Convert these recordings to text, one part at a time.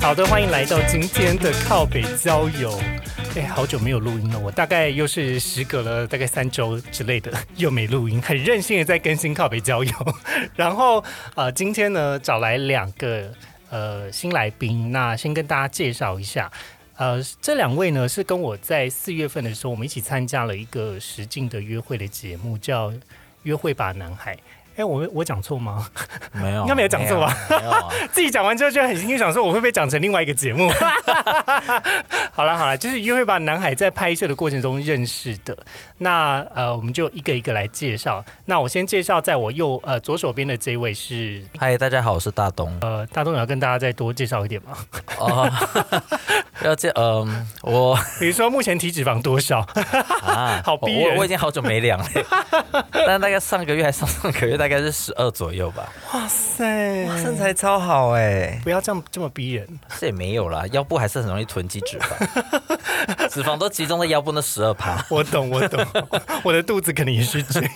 好的，欢迎来到今天的靠北郊游。哎，好久没有录音了，我大概又是时隔了大概三周之类的，又没录音，很任性的在更新靠北郊游。 然后呃，今天呢找来两个呃新来宾，那先跟大家介绍一下。呃，这两位呢是跟我在四月份的时候，我们一起参加了一个实境的约会的节目，叫《约会吧，男孩》。哎，我我讲错吗？没有，啊应该没有讲错吧？没有？没 有啊，自己讲完之后就很心里想说，我会不会讲成另外一个节目？ 好了好了，就是约会吧男孩在拍摄的过程中认识的。那呃，我们就一个一个来介绍。那我先介绍，在我右呃左手边的这一位是嗨，大家好，我是 大东。呃大东，你要跟大家再多介绍一点 吗？哦， 要这，嗯， 我比如说目前体脂肪多少？啊，好逼人我我已经好久没量了， 但大概上个月还上上个月大概是十二左右吧，哇塞，身材超好哎、不要这样这么逼人。这也没有啦，腰部还是很容易囤积脂肪，脂肪 都集中在腰部那十二趴。我懂，我懂，我的肚子可能也是这样。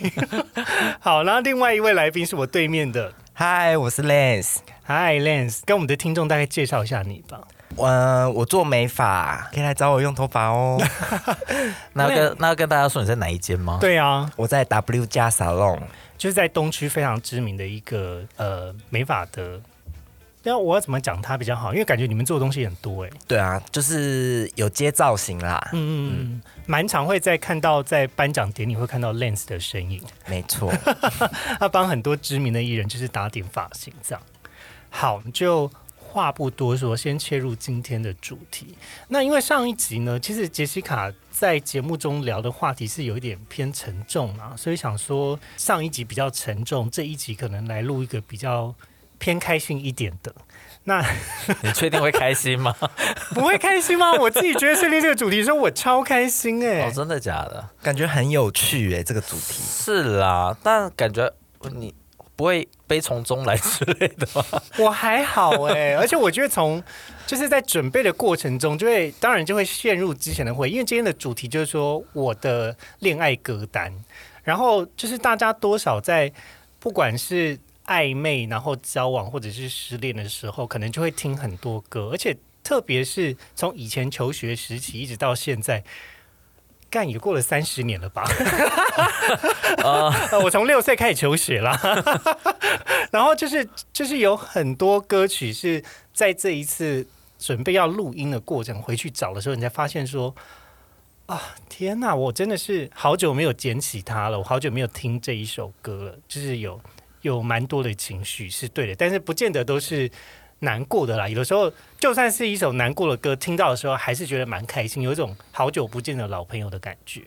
好，然后另外一位来宾是我对面的。嗨，我是 Lance， Hi Lance，跟我们的听众大概介绍一下你吧。我、呃我做美发，可以来找我用头 发哦。那要跟那要跟大家说你在哪一间吗？，对啊，我在 W 加 Salon，就是在东区非常知名的一个呃美发的。那我要怎么讲它比较好？因为感觉你们做的东西很多哎、对啊，就是有接造型啦，嗯嗯嗯，蛮常会在看到在颁奖典礼会看到 Lens 的身影，没错。他帮很多知名的艺人就是打点发型这样。好，就话不多说，先切入今天的主题。那因为上一集呢，其实杰西卡在节目中聊的话题是有一点偏沉重啊，所以想说上一集比较沉重，这一集可能来录一个比较偏开心一点的。那你确定会开 心吗？不会开心吗？我自己觉得设定这个主题的时候，我超开心哎、哦，真的假的？感觉很有趣哎、这个主题。是啦，但感觉你不会悲从中来之类的吗？我还好哎、而且我觉得从就是在准备的过程中，就会当然就会陷入之前的回忆，因为今天的主题就是说我的恋爱歌单，然后就是大家多少在不管是暧昧，然后交往或者是失恋的时候，可能就会听很多歌，而且特别是从以前求学时期一直到现在。 干也过了三十年了吧？呃我从六岁开始求学啦，然后就是就是有很多歌曲是在这一次准备要录音的过程回去找的时候，你才发现说啊，天哪，我真的是好久没有捡起它了，我好久没有听这一首歌了，就是有有蛮多的情绪是对的，但是不见得都是。难过的啦，有的时候就算是一首难过的歌，听到的时候还是觉得蛮开心，有一种好久不见的老朋友的感觉。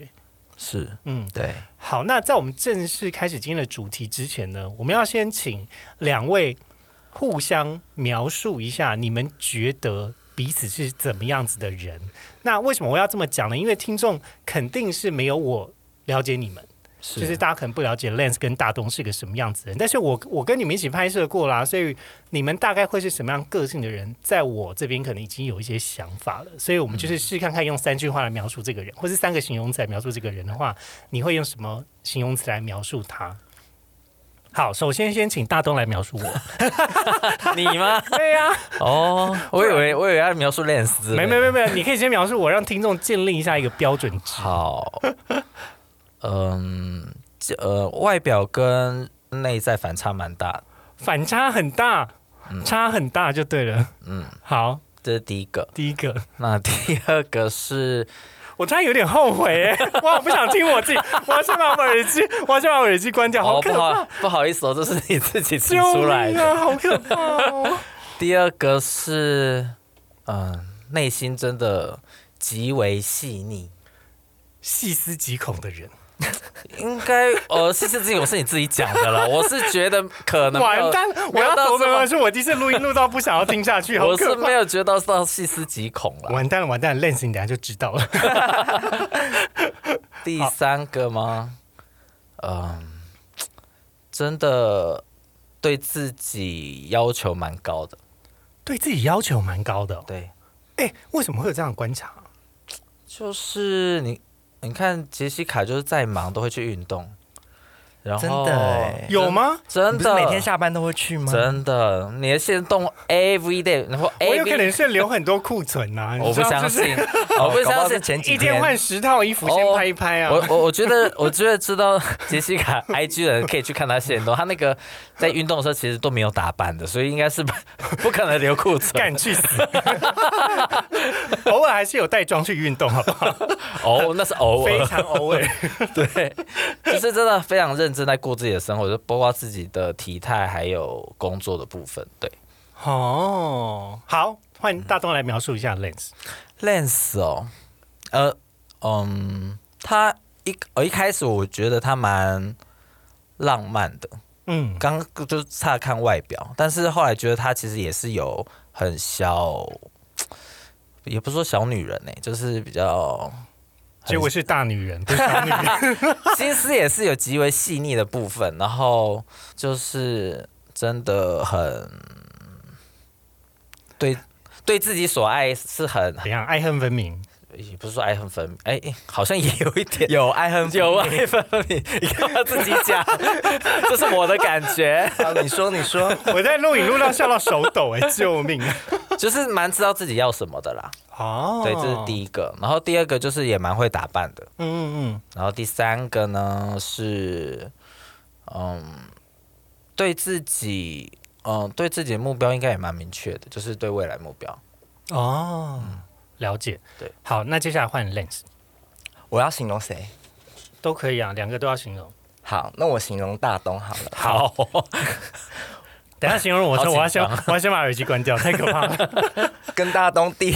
是，嗯，对，好，那在我们正式开始今天的主题之前呢，我们要先请两位互相描述一下你们觉得彼此是怎么样子的人。那为什么我要这么讲呢？因为听众肯定是没有我了解你们，是就是大家可能不了解 Lens 跟大东是个什么样子的人，但是我我跟你们一起拍摄过啦，所以你们大概会是什么样个性的人，在我这边可能已经有一些想法了，所以我们就是试看看用三句话来描述这个人，或是三个形容词来描述这个人的话，你会用什么形容词来描述他？好，首先先请大东来描述我。 你吗？对呀、哦，我以为我以为要描述 Lens，之类没的没没没，你可以先描述我，让听众建立一下一个标准值。好，嗯，这呃，外表跟内在反差蛮大的，反差很大，差很大就对了。嗯嗯，好，这是第一个。第一个，那第二个是，我突然有点后悔、欸， 哇，我不想听我自己，我要先把我耳机，我要先把我耳机关掉，好哦，可不怕， 好不好意思哦，这是你自己提救出来命的。啊，好可怕哦！第二个是，嗯、内心真的极为细腻。 细思极恐的人，应该，呃，细思极恐是你自己讲的了。我是觉得可能没 有完蛋，我没有要到走这的么了，是我第一次录音录到不想要听下去，好我是可没怕。有觉得到细思极恐了。完蛋了，完蛋了，Lens，你等下就知道了。第三个吗？嗯，真的对自己要求蛮高的。 对自己要求蛮高的、哦，对，哎、为什么会有这样的观察？就是你，你看杰西卡就是再忙都会去运动，然后真的欸有吗？真你不的是每天下班都会去吗？真的，你的线动 every day，然后我有可 every，能是留很多库存 呐、啊，我你知不道相就是信，我不搞好相是信。前几一天换十套衣服，先哦拍一拍啊。我我我觉得，我觉得知道 杰西卡 IG 的人可以去看她线动，她那个在运动的时候其实都没有打扮的，所以应该是不不可能留裤 子。干去死！ 偶尔还是有带妆去运动，好不好？哦，那是 偶非 尔，常偶尔。对，就是真的非常认真在过自己的生活，就包括自己的体态还有工作的部分。对哦，嗯好，换大东来描述一下 Lens。 ，Lens 哦，呃，嗯，他一呃我一开始我觉得他蛮浪漫的，嗯，刚就是差看外表，但是后来觉得她其实也是有很小，也不是说小女人呢、就是比较结果是大女人，不是小女人。心思也是有极为细腻的部分，然后就是真的很对对自己所爱是很哎怎 样？爱恨分明。也不是说爱恨分明，哎、好像也有 一点。有爱恨分有明爱分明，你干嘛自己讲？这是我的感觉。 好你说你说，我在录影录到笑到手抖、 哎，救命！就是蛮知道自己要什么的啦。哦，对，这是一。第一个。然后第二个就是也蛮会打扮的。嗯嗯然后第三个呢是，嗯，对自己，嗯，对自己的目标应该也蛮明确的，就是对未来目标。嗯。哦，了解。对，好，那接下来换 Lens 我要形容谁？都可以啊，两个都要形容。好，那我形容大东好了。好，等一下形容我说，我要好紧先，张我要先把耳机关掉，太可怕 了。跟大 东第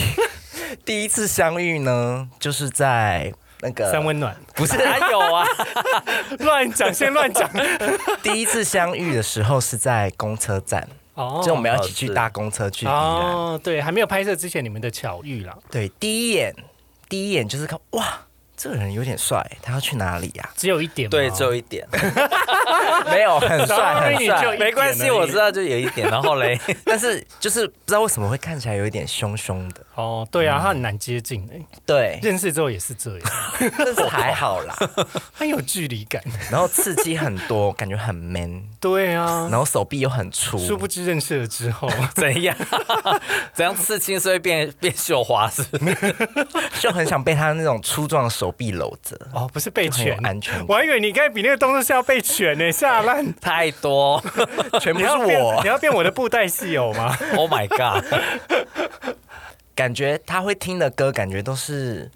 第一次相遇呢，就是在那个哎三温暖，不是哪有啊？乱讲，先乱讲。第一次相遇的时候是在公车站，哦就我们要一起去搭公车啊去宜兰。哦，对，还没有拍摄之前你们的巧遇啦，对，第一眼第一眼就是看哇，这个人有点帅，他要去哪里 啊呀、只有一点吗， 对，只有一点，没有，很帅很 Sorry 就帅，一点没关而已系，我知道就有一点。然后嘞， 但是就是不知道为什么会看起来有一点凶凶的。哦，对嗯啊，他很难接近诶、对，认识之后也是这样， 但是还好啦。很有距离感。然后刺激很多，感觉很 man，对啊然，后手臂又很粗。殊不知认识了之 后，怎样？怎样刺青是会变变绣花是不是？ 就很想被他那种粗壮的手臂搂着，哦，不是被就很有拳，安全我还以为你刚才比那个动作是要被拳呢、吓 烂。太多感，全部你是要变我你。要变我的布袋戏偶 吗？ ，Oh my god！ 感觉他会听的歌，感觉都是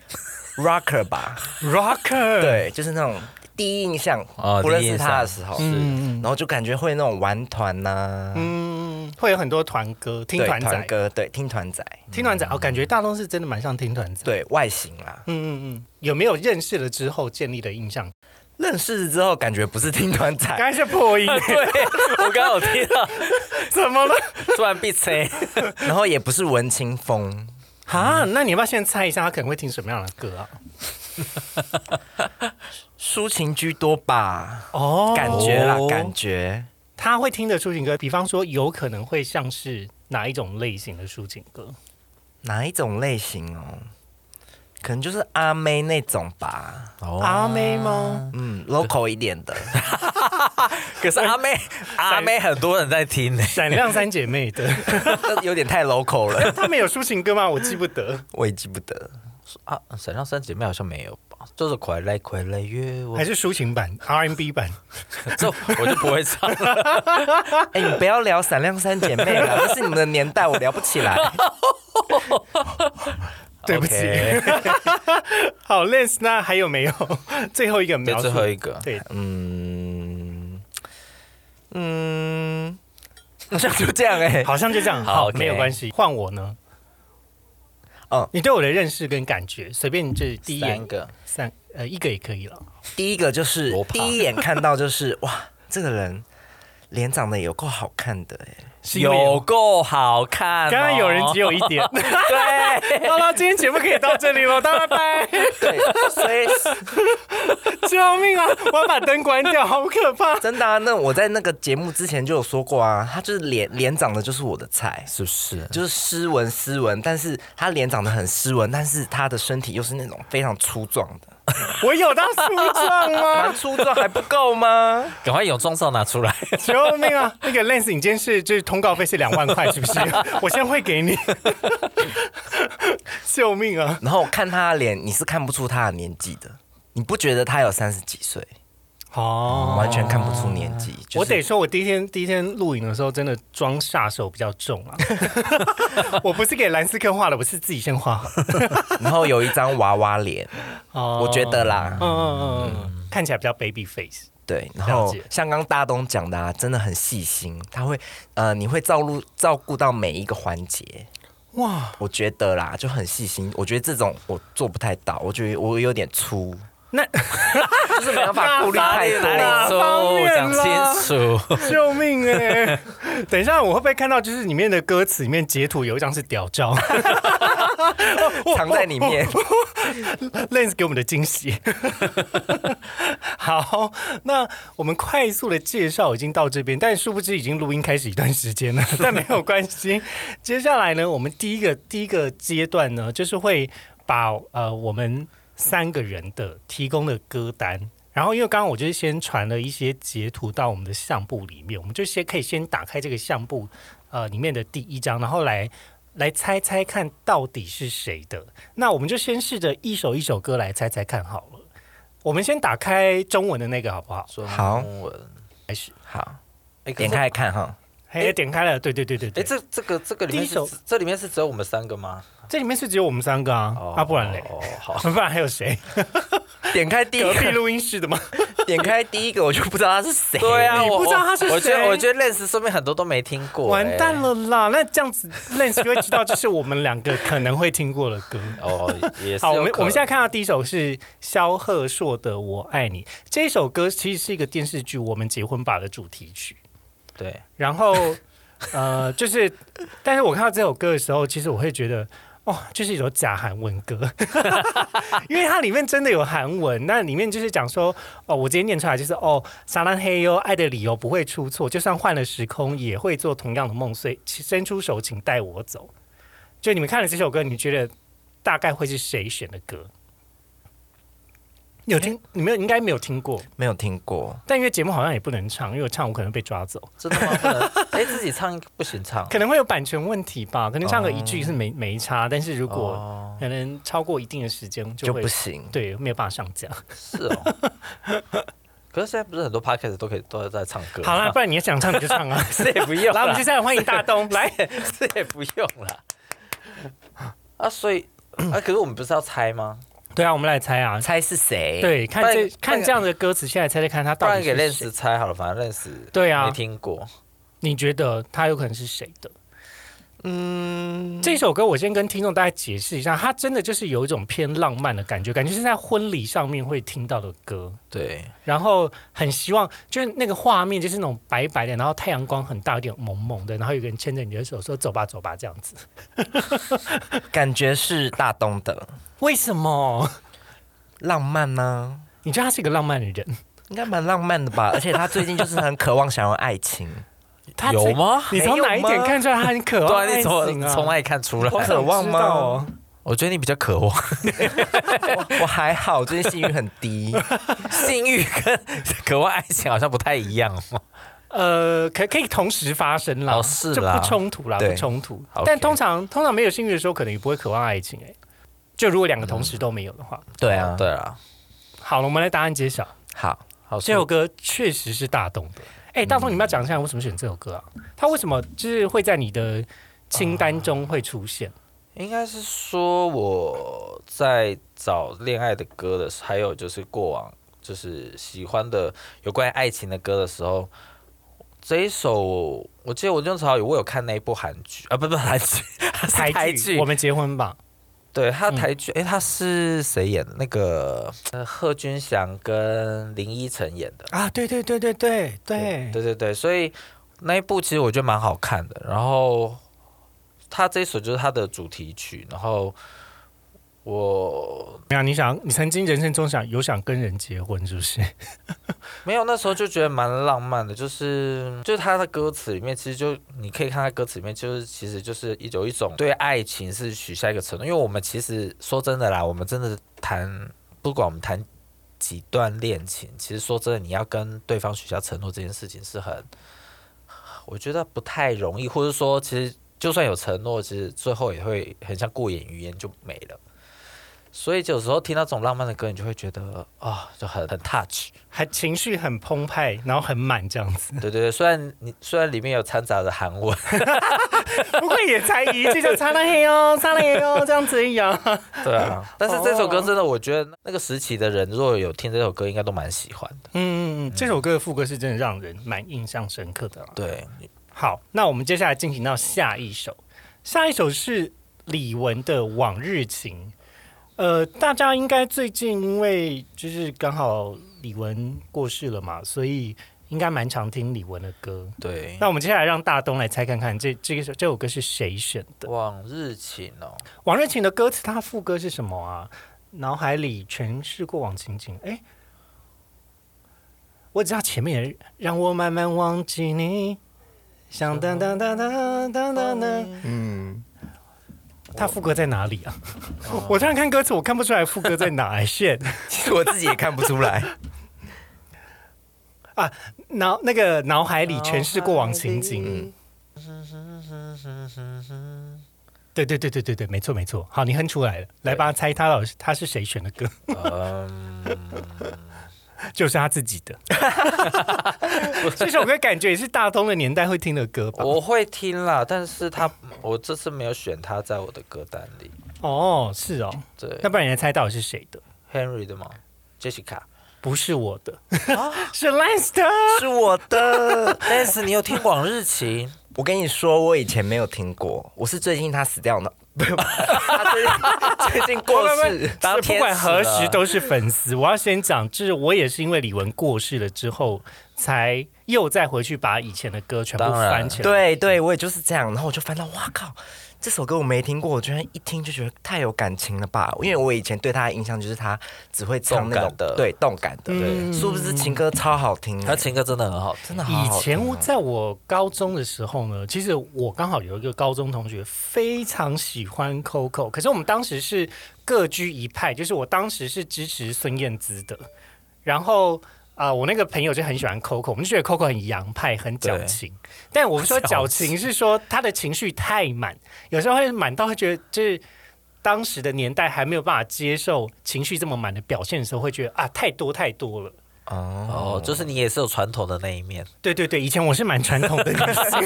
rocker 吧？ Rocker，，对，就是那种第一印象，哦不认第一识印象他的时候，嗯然后就感觉会那种玩团呐、嗯，会有很多团歌，听对团团嗯仔，歌，对，听团仔，听团仔，哦，感觉大东是真的蛮像听团仔。对外形啦。嗯嗯嗯，有没有认识了之后建立的印象？认识之后感觉不是听团仔，刚才是破音，欸对， 我刚刚有听到，怎么了？嗯突然闭嘴。 然后也不是文青风，啊，那你要不要先猜一下他可能会听什么样的歌啊？抒情居多吧？哦感觉啦哦，感觉。他会听的抒情歌，比方说有可能会像是哪一种类型的抒情歌？哪一种类型哦？可能就是阿妹那种吧，哦阿妹吗？嗯，local 一点 的，可是阿 妹，阿妹哎很多人在听呢、闪亮三姐妹 的，那有点太 local 了，他们有抒情歌吗？我记不得，我也记不得。啊，闪亮三姐妹好像没有吧？就是快来快来约我还，是抒情版、R&B 版？这我就不会唱了。 哎、你不要聊闪亮三姐妹 了，那是你们的年代，我聊不起来。对不起 OK， 好，Lens，那还有没有 最后一个对，描最述？后一个，对，嗯嗯，好像就这样哎、好像就这样，好好， OK 哦没有关系。换我呢？嗯你对我的认识跟感觉，随便就是第一眼三个，三呃一个也可以了。第一个就是我怕第一眼看到就是哇，这个人脸长得有够好看的 哎、是因为有哦够好看、哦刚刚有人只有有一点。对，好了，今天节目可以到这里 了，大家拜拜！对，所以救命啊！我要把灯关掉，好可怕！真的啊，那我在那个节目之前就有说过啊，他就是脸脸长得就是我的菜，是不是？就是斯文斯文，但是他脸长得很斯文，但是他的身体又是那种非常粗壮的，我有到书状 吗？ 蛮粗壮还不够吗？赶快有装照拿 出来。救命啊！那个 Lens，你今天是就是通告费是两万块，是不 是？我先会给你。 救命啊！ 然后我看他的脸，你是看不出他的年纪的，你不觉得他有三十几岁，哦，完全看不出年纪。就是我得说，我第一天第一天录影的时候，真的装下手比较重 啊。我不是给蓝斯克画的，我是自己先画。然后有一张娃娃脸，哦我觉得，啦，嗯嗯嗯嗯，看起来比较 baby face。对。然了后解像刚大东讲的、啊，真的很细心，他会呃，你会照顾照顾到每一个环节。哇，我觉得啦，就很细心。我觉得这种我做不太到，我觉得我有点粗，那 就是没办法顾虑太多。哪里哪哪里里方出？便讲啦清楚。救命哎、 等一下，我会不会看到就是里面的歌词里面截图有一张是屌照藏在里面。 ？Lens 给我们的惊喜。 好，那我们快速的介绍已经到这边，但殊不知已经录音开始一段时间了， 但没有关系。接下来呢，我们第一个第一个阶段呢，就是会把呃我们三个人的提供的歌单。然后，因为刚刚我就是先传了一些截图到我们的相簿里面，我们就先可以先打开这个相簿，呃，里面的第一张，然后来来猜猜看到底是谁的。那我们就先试着一首一首歌来猜猜看好了。我们先打开中文的那个好不好？好中文开始，好，哎，可点是开来看哈，哎，点开了，对对对对哎，对，这这这个这个里面第一首是这里面是只有我们三个吗？这里面是只有我们三个啊，啊，不然嘞，哦，好，不然还有谁？点开第 一隔壁个，录音室的吗？点开第一个，我就不知道他是谁。 对啊，你我不知道他是我我觉得谁我觉得认识说明很多都没听过， 完蛋哎。了啦！那这样子，Lens 就会知道这是我们两个可能会听过的 歌。哦，也是有可能。好，我们我们现在看到第一首是萧贺硕的《我爱你》，这首歌其实是一个电视剧《我们结婚吧》的主题曲。对然后呃，就是，但是我看到这首歌的时候，其实我会觉得。哦，就是一首假韩文歌， 因为它里面真的有韩文，那里面就是讲说，哦，我直接念出来就是哦，撒浪嘿哟，爱的理由不会出错，就算换了时空也会做同样的梦，所以请伸出手，请带我走。就你们看了这首歌，你觉得大概会是谁选的歌？你有听？你没有？应该没有听过，没有听过，但因为节目好像也不能唱，因为我唱我可能被抓走。真的吗不能？ 哎，自己唱不 行唱。可能会有版权问题吧，可能唱个一句是没、没差，但是如果哦，可能超过一定的时间就就会不行。对没有办法上架。是哦。可是现在不是很多 podcast 都可以都在唱歌吗，好啦，不然你也想唱你就唱 啊。这也不用来，啦。我们接下来欢迎大 东来。这也不用啦。啊，所以啊，可是我们不是要猜吗？对啊，我们来猜啊。猜是谁？，对，看不然这不然看这样的歌词，现在猜猜看他不到然底给是认谁识？猜好了，反正认识对啊没，听过。你觉得他有可能是谁的？嗯，这首歌我先跟听众大家解释一下，它真的就是有一种偏浪漫的感觉，感觉是在婚礼上面会听到的歌。对，然后很希望，就是那个画面就是那种白白的，然后太阳光很大，有点蒙蒙的，然后有个人牵着你的手说“走吧，走吧”这样 子。感觉是大东的为什么？浪漫呢、你觉得他是一个浪漫的人？应该蛮浪漫 的吧？而且他最近就是很渴望想要爱情，他有最？吗？你从哪一点看出来他很渴对望啊，爱你情从从啊？哪里看出来？我渴望想知吗道哦？我觉得你比较渴望 我我还好，最近性欲很低。 性欲跟渴望爱情好像不太一样嘛。呃，可可以同时发生啦，哦是就啦不冲突啦，对不冲突。 OK 但通常通常没有性欲的时候，可能也不会渴望爱情、欸。就如果两个同嗯时都没有的话，对啊，对啊，好了，我们来答案揭晓。好，好这首歌确实是大动的。哎、大东，你们要讲一下为什么选这首歌啊？它为什么就是会在你的清单中会出 现？应该是说我在找恋爱的歌的时候，还有就是过往就是喜欢的有关于爱情的歌的时候，这一首我记得我那时候有我有看那一部韩剧啊，不不韩剧，它是台剧我，们结婚吧。对，它台剧，诶，它是谁演的？那个呃贺军翔跟林依晨演的，啊，对对对对对对对对对，所以那一部其实我觉得蛮好看的。然后他这一首就是他的主题曲，然后我没有，你想，你曾经人生中想有想跟人结婚，是不是？ 没有那时候就觉得蛮浪漫的，就是就是他的歌词里面，其实就你可以看他歌词里面，就是其实就是一有一种对爱情是许下一个承诺，因为我们其实说真的啦，我们真的谈。不不管我们谈几段恋情，其实说真的，你要跟对方许下承诺这件事情是很，我觉得不太容易，或者说，其实就算有承诺，其实最后也会很像过眼云烟就没了。所以有时候听到这种浪漫的歌，你就会觉得啊、就很很 touch。 还情绪很澎湃，然后很满这样子， 对对对，虽然你虽然里面有掺杂着韩文， 不过也才一句就擦了黑 哦，擦了黑哦这样子一样。对啊， 但是这首歌真的，我觉得那个时期的人如果有听这首歌，应该都蛮喜欢的。嗯，嗯嗯，这首歌的副歌是真的让人蛮印象深刻的啦。啊对，好，那我们接下来进行到下一首，下一首是李玟的《往日情》。呃，大家应该最近因为就是刚好李玟过世了嘛，所以应该蛮常听李玟的歌。对，那我们接下来让大东来猜看看这这个首这首歌是谁选的？《往日情哦，往日情》的歌词，它副歌是什么啊？脑海里全是过往情景。哎，我只要前面让我慢慢忘记你，想当当当当当当当，嗯，它副歌在哪里啊？ 我突然看歌词，我看不出来副歌在哪哎 shit 其实我自己也看不出来。 脑那个脑海里全是过往情景。对对对对对对，没错没错。好，你哼出来了，来吧，猜他老师他是谁选的歌？ 嗯就是他自己的。 这首歌感觉也是大东的年代会听的歌吧？我会听啦，但是他我这次没有选他在我的歌单里。哦，是哦，对要不然你来猜到底是谁的？ ，Henry 的吗？Jessica 不是我的，啊 是 Lester。是我的，但是你有听《往日情》？我跟你说，我以前没有听过，我是最近他死掉了，不是， 他最近最近过 世，当是天不管使何了时都是粉丝。我要先讲，就是我也是因为李玟过世了之后，才又再回去把以前的歌全部当然翻起来。，对对，我也就是这样。然后我就翻到，哇靠，这首歌我没听过，我居然一听就觉得太有感情了吧？因为我以前对他的印象就是他只会唱那种动感的对动感的，嗯对殊不知情歌超好听的，他情歌真的很好听嗯真。的好以好前听我哦在我高中的时候呢，其实我刚好有一个高中同学非常喜欢 Coco，可是我们当时是各居一派，就是我当时是支持孙燕姿的，然后啊、我那个朋友就很喜欢 Coco，我们就觉得 Coco 很洋派，很矫情。但我们说矫情是说他的情绪太满，有时候会满到会觉得就是。当时的年代还没有办法接受情绪这么满的表现的时候，会觉得啊太多太多了。哦，就是你也是有传统的那一面，对对对，以前我是蛮传统的女性，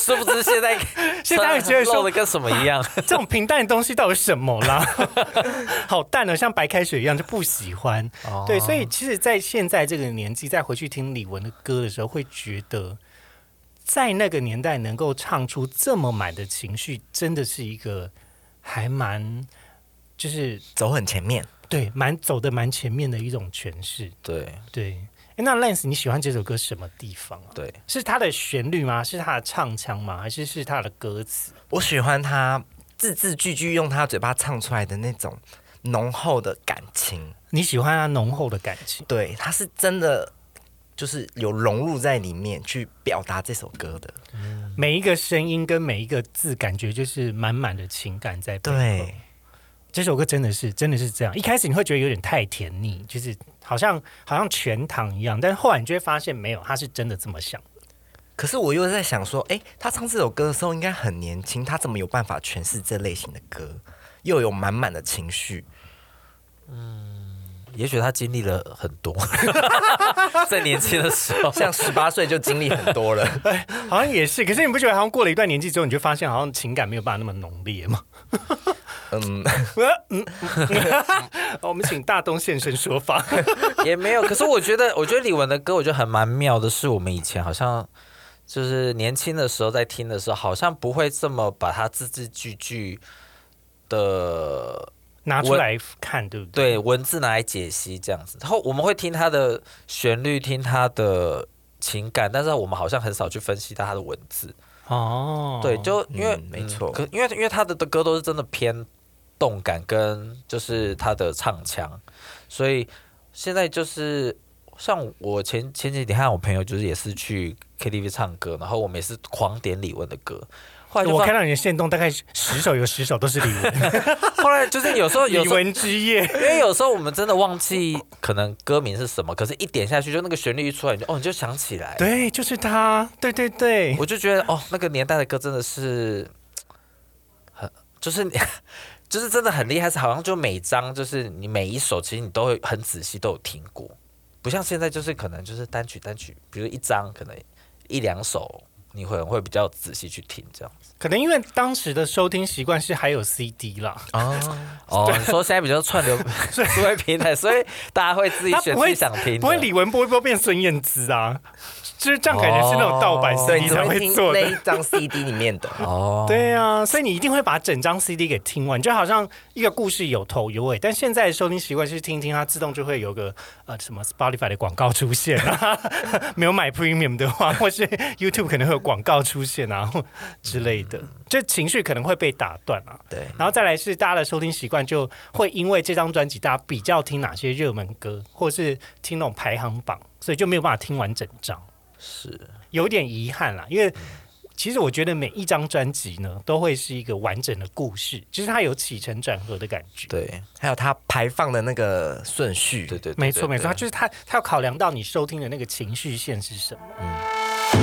殊不知现在现在觉 得说露的跟什么一样。这种平淡的东西到底是什么 啦？好淡哦，像白开水一样，就不喜欢。哦对，所以其实，在现在这个年纪，再回去听李玟的歌的时候，会觉得在那个年代能够唱出这么满的情绪，真的是一个还蛮就是走很前面，对蛮走的蛮前面的一种诠释。对对，诶那 Lance 你喜欢这首歌什么地方啊？对，是它的旋律吗？是它的唱腔吗？还是是它的歌词？我喜欢他字字句句用他嘴巴唱出来的那种浓厚的感情，你喜欢它浓厚的感情？对，他是真的。就是有融入在里面去表达这首歌的，每一个声音跟每一个字，感觉就是满满的情感在背后。对，这首歌真的是真的是这样。一开始你会觉得有点太甜腻，就是好像好像全糖一样，但是后来你就会发现没有，他是真的这么 想。可是我又在想说，哎、他唱这首歌的时候应该很年轻，他怎么有办法诠释这类型的歌，又有满满的情绪？也许他经历了很 多，在年轻的时候。 像十八岁就经历很多了，好像也是，可是你不觉得好像过了一段年纪之后，你就发现好像情感没有办法那么浓烈吗？嗯， 我们请大东现身说 法。也没有。可是我觉得，我觉得李玟的歌，我觉得很蛮妙的，是我们以前好像就是年轻的时候在听的时候，好像不会这么把它字字句句的拿出来看，对不对？对文字拿来解析这样子。然后我们会听它的旋律，听它的情感，但是我们好像很少去分析它的文字。哦，对，就因为、嗯没错可因为因为他的的歌都是真的偏动感跟就是他的唱腔，所以现在就是像我前前几天和我朋友就是也是去 KTV 唱歌，然后我们也是狂点李玟的歌，后来 就我发看到你的线动，大概十首有十首都是李玟，后来就是有时候 有李 时候，玟之夜。因为有时候我们真的忘记可能歌名是什么，可是一点下去就那个旋律一出来，你就哦你就想起来。，对，就是他，对对对，我就觉得哦那个年代的歌真的是很就是。 就是真的很厉害，是好像就每张就是你每一首，其实你都会很仔细都有听过，不像现在就是可能就是单曲单曲，比如一张可能一两首，你会会比较仔细去听这样。可能因为当时的收听习惯是还有 CD 啦，啊，哦，你说现在比较串流 社会平台，所以大家会自己他选不自会己想听的。不会李玟播一播变孙燕姿啊，就是这样感觉是那种盗版对， CD 你只才会会听做那的。一张 CD 里面的。哦，对啊，所以你一定会把整张 CD 给听完，就好像一个故事有头有尾。但现在的收听习惯是听听它自动就会有个呃什么 Spotify 的广告出现啊， 没有买 Premium 的话，或是 YouTube 可能会有广告出现啊或之类的，这情绪可能会被打断啊。对，然后再来是大家的收听习惯，就会因为这张专辑大家比较听哪些热门歌，或是听那种排行榜，所以就没有办法听完整张，是有点遗憾啦。因为其实我觉得每一张专辑呢，都会是一个完整的故事，就是它有起承转合的感觉。对还有它排放的那个顺序，对对，对没错，没错，它对就是它，它要考量到你收听的那个情绪线是什么。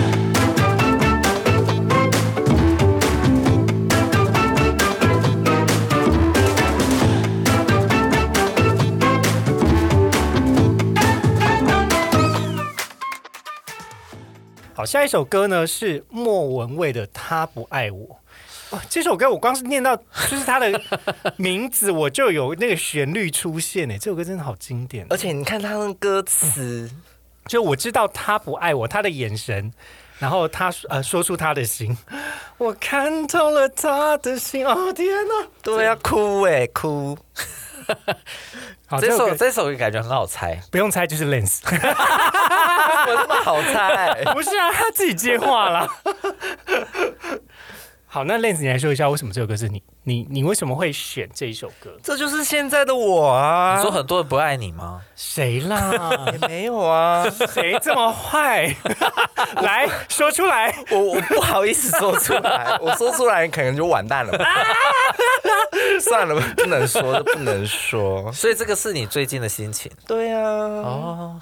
好，下一首歌呢是莫文蔚的《他不爱我》。哇，这首歌我光是念到就是它的名字，我就有那个旋律出现哎，这首歌真的好经典。而且你看它的歌词，就我知道他不爱我，他的眼神，然后他呃说出他的心， 我看透了他的心。哦天哪！对啊，哭哎哭，好，这首哦歌这首感觉很好猜，不用猜，就是 Lens，我这么好猜哎不是啊，他自己接话啦。 好，那 Lens 你来说一下，为什么这首歌是你你你为什么会选这一首歌？ 这就是现在的我啊！你说很多人不爱你吗？谁啦？也没有啊， 谁这么坏？ 来说出来。我我不好意思说出来，我说出来可能就完蛋了吧。算了，不能说，就不能说。所以这个是你最近的心情对啊，哦，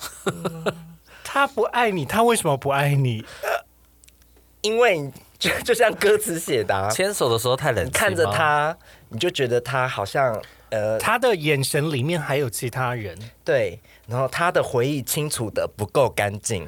他不爱你，他为什么不爱你？因为你就就像歌词写的、啊，牵手的时候太冷你清，看着，他，你就觉得他好像呃，他的眼神里面还有其他人。对，然后他的回忆清楚的不够干净。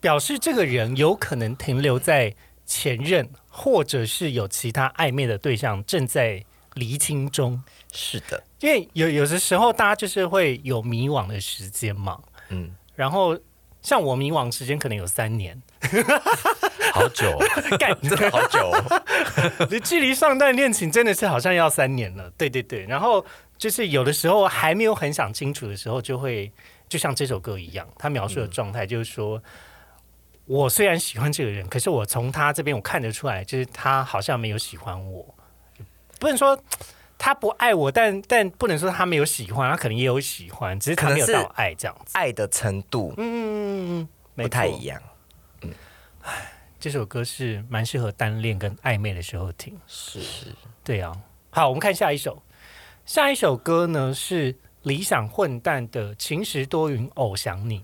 表示这个人有可能停留在前任，或者是有其他暧昧的对象正在厘清中。是的，因为有有的时候大家就是会有迷惘的时间嘛，嗯，然后像我迷惘时间可能有三年，好久哦，干真的好久、哦。你距离上段恋情真的是好像要三年了，对对对。然后就是有的时候还没有很想清楚的时候，就会就像这首歌一样，他描述嗯的状态就是说，我虽然喜欢这个人，可是我从他这边我看得出来，就是他好像没有喜欢我，不能说。他不爱我，但但不能说他没有喜欢，他可能也有喜欢，只是他可能没有是到爱这样子。爱的程度嗯，没不太错一样。 这首歌是蛮适合单恋跟暧昧的时候听。是对啊，好，我们看下一首。下一首歌呢是理想混蛋的《晴时多云偶想你》。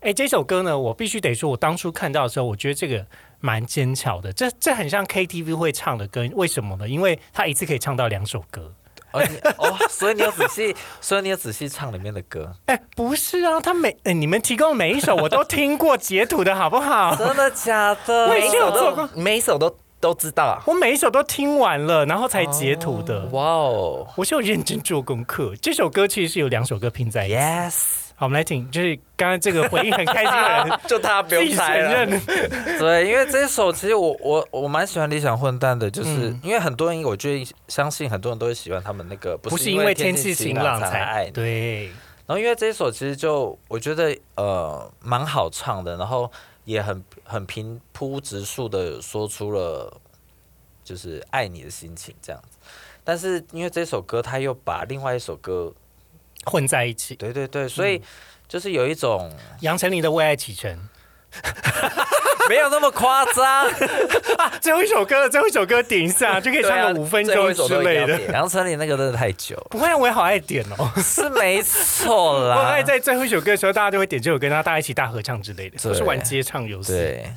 哎，这首歌呢，我必须得说，我当初看到的时候，我觉得这个蛮坚巧的。这这很像 KTV 会唱的歌，为什么呢？因为它一次可以唱到两首歌。哦你 哦，所以你有仔细，所以你有仔细唱里面的歌，哎，不是啊，它每哎你们提供的每一首我都听过截图的好不好？真的啊假的？我以前有做过都呃每一首都都知道。。我每一首都听完了，然后才截图的。哇哦我是有认真做功课。这首歌其实是有两首歌拼在一起。 ，yes，好，我们来听，就是刚刚这个回应很开心的 人就他不自用己承猜了，认，对，因为这首其实我我我蛮喜欢理想混蛋的，就是、因为很多人，我觉得相信很多人都会喜欢他们那个不不是是因因为为天天气气晴晴朗朗才才爱爱你，对，然后因为这一首其实就我觉得呃蛮好唱的，然后也很很平铺直述的说出了就是爱你的心情这样子。但是因为这首歌，他又把另外一首歌，混在一起。嗯对对对，所以就是有一种 杨丞琳的《为爱启程》没有那么夸 张，啊，最后一首歌了，最后一首歌点一下就可以对啊唱个五分最后钟一首之都一定类要的。点杨丞琳那个真的太久了，不会啊，我也好爱点哦。是没错 我啦。很爱在最后一首歌的时候，大家就会点这首歌，然后大家一起大合唱之类的，对都是玩街唱游戏。对，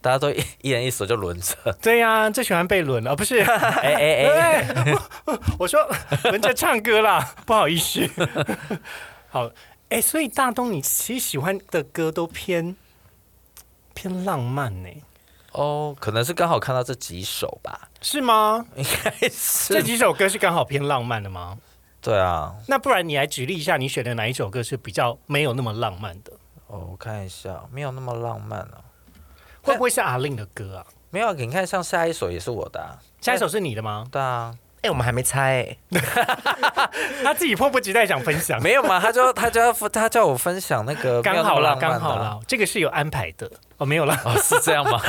大家都一一人一首就轮 着，对呀、最喜欢被轮了，不是？哎哎哎，哎，我我说 人家唱歌啦， 不好意思。好，哎，所以大东，你其实喜欢的歌都偏偏浪漫呢、哦，可能是刚好看到这几首吧， 是吗？应该是这几首歌是刚好偏浪漫的吗？对啊，那不然你来举例一下，你选的哪一首歌是比较没有那么浪漫的？哦，我看一下，没有那么浪漫哦、会不会是阿令的歌啊？没有，你看像下一首也是我的、啊，下一首是你的吗？对啊，哎、我们还没猜、哎他自己迫不及待想分享。没有嘛，他就他就要他叫我分享那个没有刚那么好啦，浪漫的啊刚好啦，这个是有安排的哦，没有啦。哦，是这样吗？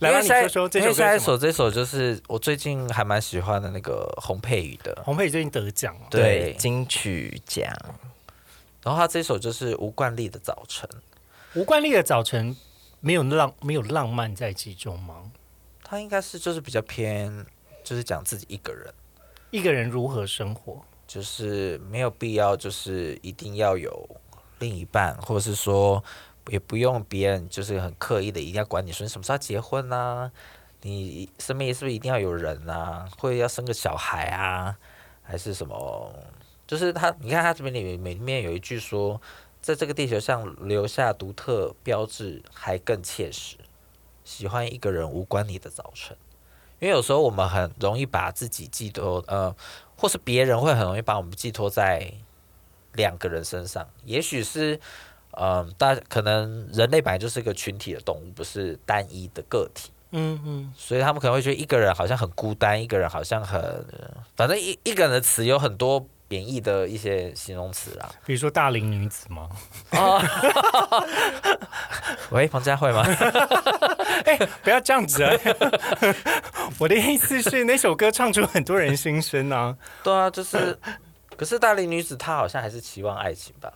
来因吧，为你下一说说这因首为歌下是一什么？首，这首就是我最近还蛮喜欢的那个洪佩瑜的，洪佩瑜最近得奖啊了，对，金曲奖然后他这首就是吴冠丽的《早晨》，吴冠丽的《早晨》没有浪没有浪漫在其中吗？他应该是就是比较偏，就是讲自己一个人，一个人如何生活？就是没有必要，就是一定要有另一半，或者是说也不用别人就是很刻意的一定要管你说你什么时候要结婚啊，你身边是不是一定要有人啊，或者要生个小孩啊，还是什么？就是他，你看他这边里面里面有一句说，在这个地球上留下独特标志，还更切实。喜欢一个人无关你的早晨，因为有时候我们很容易把自己寄托，呃，或是别人会很容易把我们寄托在两个人身上，也许是。嗯，大可能人类本来就是一个群体的动物，不是单一的个体。嗯嗯，所以他们可能会觉得一个人好像很孤单，一个人好像很，反正一一个人的词有很多贬义的一些形容词啊。比如说大龄女子 吗？喂，彭佳慧吗？哎不要这样子啊！ 我的意思是，那首歌唱出很多人心声啊。对啊，就是，可是大龄女子她好像还是期望爱情吧？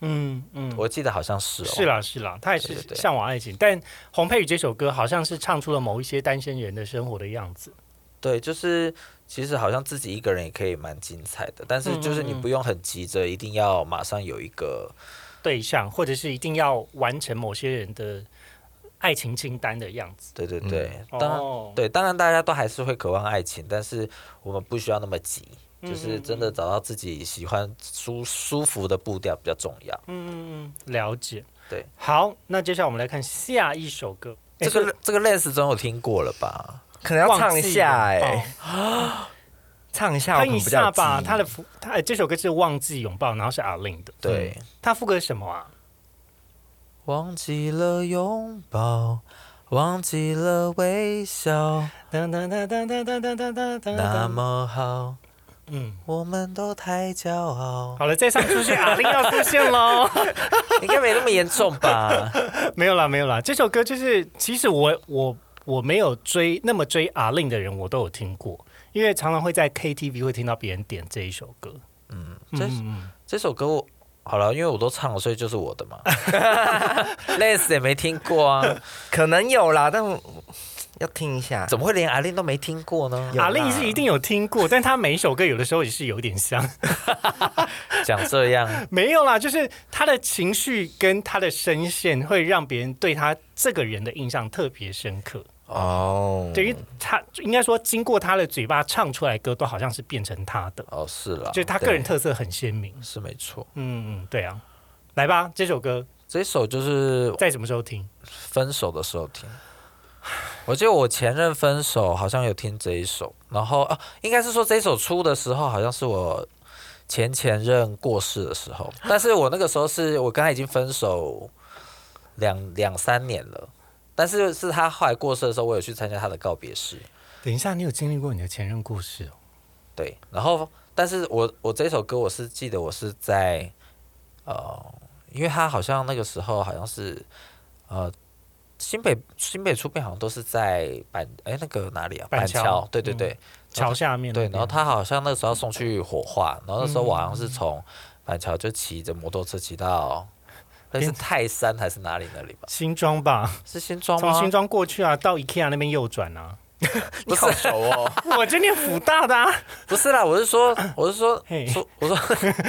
嗯嗯，我记得好像是哦。是啦是啦，他也对对是对向往爱情，但洪佩瑜这首歌好像是唱出了某一些单身人的生活的样子。对，就是其实好像自己一个人也可以蛮精彩的，但是就是你嗯嗯嗯不用很急着一定要马上有一个，对象，或者是一定要完成某些人的爱情清单的样子。对对对，嗯当然、哦对，当然大家都还是会渴望爱情，但是我们不需要那么急。嗯就是真的找到自己喜欢舒舒服的步调比较重要。嗯，了解。对，好，那接下来我们来看下一首歌。这个这个 Les 总有听过了吧？可哎能要唱一下哎、忘记唱一下我哼们哦一比较下吧，急他的副，他呃这首歌是《忘记拥抱》，然后是阿令的。对，他副歌是什么啊？忘记了拥抱，忘记了微笑，噔噔噔噔噔噔噔噔噔那么好，嗯，我们都太骄傲。好了，再唱出去，阿令要出现喽。应该没那么严重吧？ 没有啦，没有啦，这首歌就是，其实我我我没有追那么追阿令的人，我都有听过，因为常常会在 KTV 会听到别人点这一首歌。这嗯，这首歌我好了，因为我都唱了，所以就是我 的嘛。Les 也没听过啊， 可能有啦，但我要听一下。怎么会连阿令都没听过呢？有啦阿令是一定有听过，但他每一首歌有的时候也是有点像。 讲这样，没有啦，就是他的情绪跟他的声线会让别人对他这个人的印象特别深刻。哦，对于他，应该说经过他的嘴巴唱出来的歌，都好像是变成他的，哦，是了，就是他个人对特色很鲜明。是没错。嗯嗯，对啊，来吧，这首歌这首就是在什么时候听？分手的时候听。我记得我前任分手好像有听这一首，然后啊，应该是说这一首出的时候，好像是我前前任过世的时候，但是我那个时候是我跟他已经分手两两三年了，但是是他后来过世的时候，我有去参加他的告别式，等一下，你有经历过你的前任故事哦？对，然后但是我我这首歌我是记得我是在呃，因为他好像那个时候好像是呃新北新北出殡好像都是在板哎那个哪里啊板桥桥对对嗯对、桥下面对，嗯那边然后他好像那时候要送去火化，然后那时候我好像是从板桥就骑着摩托车骑到但是泰山还是哪里那里吧？新庄吧，是新庄从吗？新庄过去啊，到 IKEA 那边右转啊。不是熟哦，我就念福大的、啊，不是啦，我 是说，我是说嘿，出我说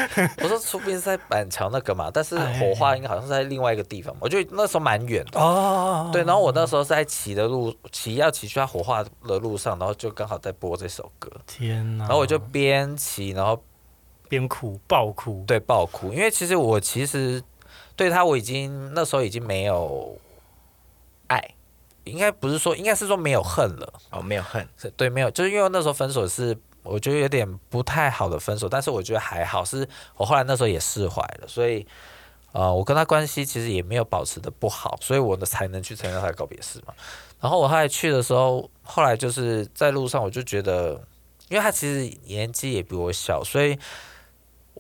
我说出殡是在板桥那个嘛，但是哎火化应该好像是在另外一个地方嘛，我觉得那时候蛮远的。哦，对，然后我那时候是在骑的路，骑要骑去他火化的路上，然后就刚好在播这首歌，天哪！然后我就边骑，然后边哭爆哭，对爆哭，因为其实我其实对他我已经那时候已经没有爱应该不是说，应该是说没有恨了。哦，没有恨，是对，没有，就是因为那时候分手是我觉得有点不太好的分手，但是我觉得还好，是我后来那时候也释怀了，所以呃，我跟他关系其实也没有保持的不好，所以我呢才能去参加他的告别式嘛。然后我后来去的时候，后来就是在路上我就觉得，因为他其实年纪也比我小，所以。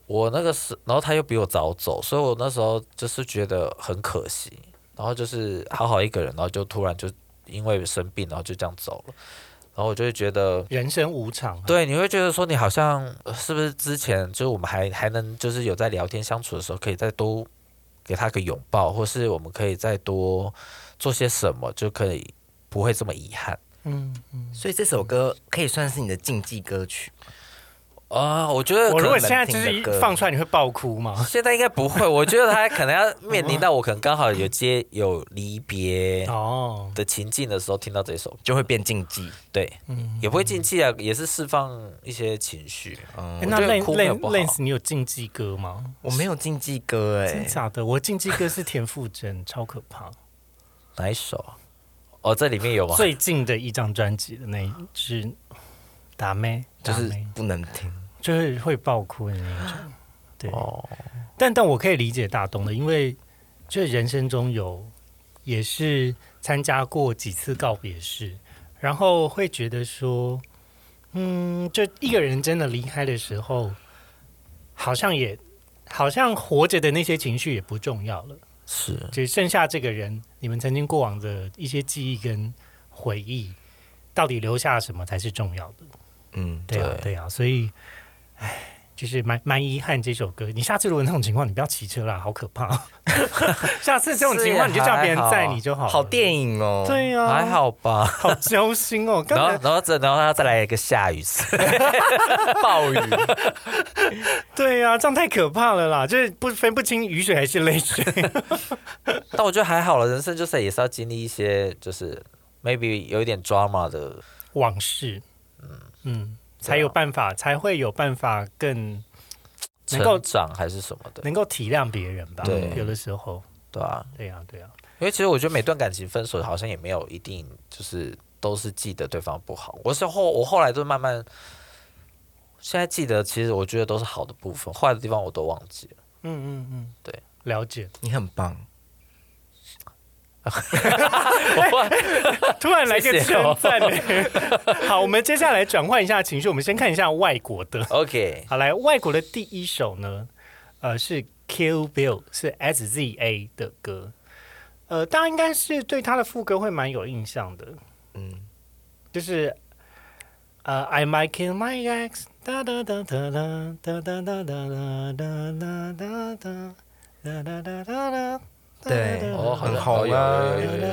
我那个时，然后他又比我早走，所以我那时候就是觉得很可惜，然后就是好好一个人，然后就突然就因为生病，然后就这样走了，然后我就会觉得，人生无常、啊。对，你会觉得说你好像呃是不是之前就是我们还还能就是有在聊天相处的时候，可以再多给他个拥抱，或是我们可以再多做些什么，就可以不会这么遗憾。嗯，所以这首歌可以算是你的禁忌歌曲。啊、我觉得我可如果能现在就是一听的歌放出来，你会爆哭 吗？现在应该不会，我觉得他可能要面临到我可能刚好有接有离别哦，的情境的时候，听到这首，就会变禁忌，对，也不会禁忌啊，也是释放一些情绪。嗯诶我那觉得 Lens 哭没有 Lens 不好 Lens，你有禁忌歌吗？我没有禁忌歌哎、真假的？我禁忌歌是田馥甄，超可怕。哪一首啊？哦，这里面有吗？最近的一张专辑的那一支打妹，就打是妹不能听。就是会爆哭的那一种。对，哦，但但我可以理解大东的，因为就是人生中有也是参加过几次告别式，然后会觉得说，嗯，就一个人真的离开的时候，好像也好像活着的那些情绪也不重要了，是。只剩下这个人，你们曾经过往的一些记忆跟回忆，到底留下什么才是重要的？嗯，对啊，对对啊，所以，唉，就是蛮蛮遗憾这首歌。你下次如果那种情况，你不要骑车啦，好可怕哦。下次这种情况，是你就也叫别人还好载你就好了。好电影哦。，对啊，还，好吧。好揪心哦。刚然后才，然后再，然后他再来一个下雨次，暴雨。对啊，这样太可怕了啦，就是不分不清雨水还是泪水。 但我觉得还好了。人生就是也是要经历一些，就是 maybe 有一点 drama 的，往事，嗯，才有办法，才会有办法更能够成长还是什么的，能够体谅别人吧。对有的时候，对啊。对啊，对啊，因为其实我觉得每段感情分手好像也没有一定就是都是记得对方不好。我是后我后来就慢慢，现在记得其实我觉得都是好的部分，坏的地方我都忘记了。嗯嗯嗯，对，了解。 你很棒，突然来个谢谢称哦赞 欸、好，我们接下来转换一下情绪，我们先看一下外国的。 OK，好，来外国的第一首呢，呃，是 Kill Bill，是 S Z A 的歌。呃，大家应该是对他的副歌会蛮有印象的，嗯，就是呃，I might kill my ex，哒哒哒哒哒哒哒哒哒哒哒哒哒哒哒哒哒哒，对哦，好像很红啊有有有有有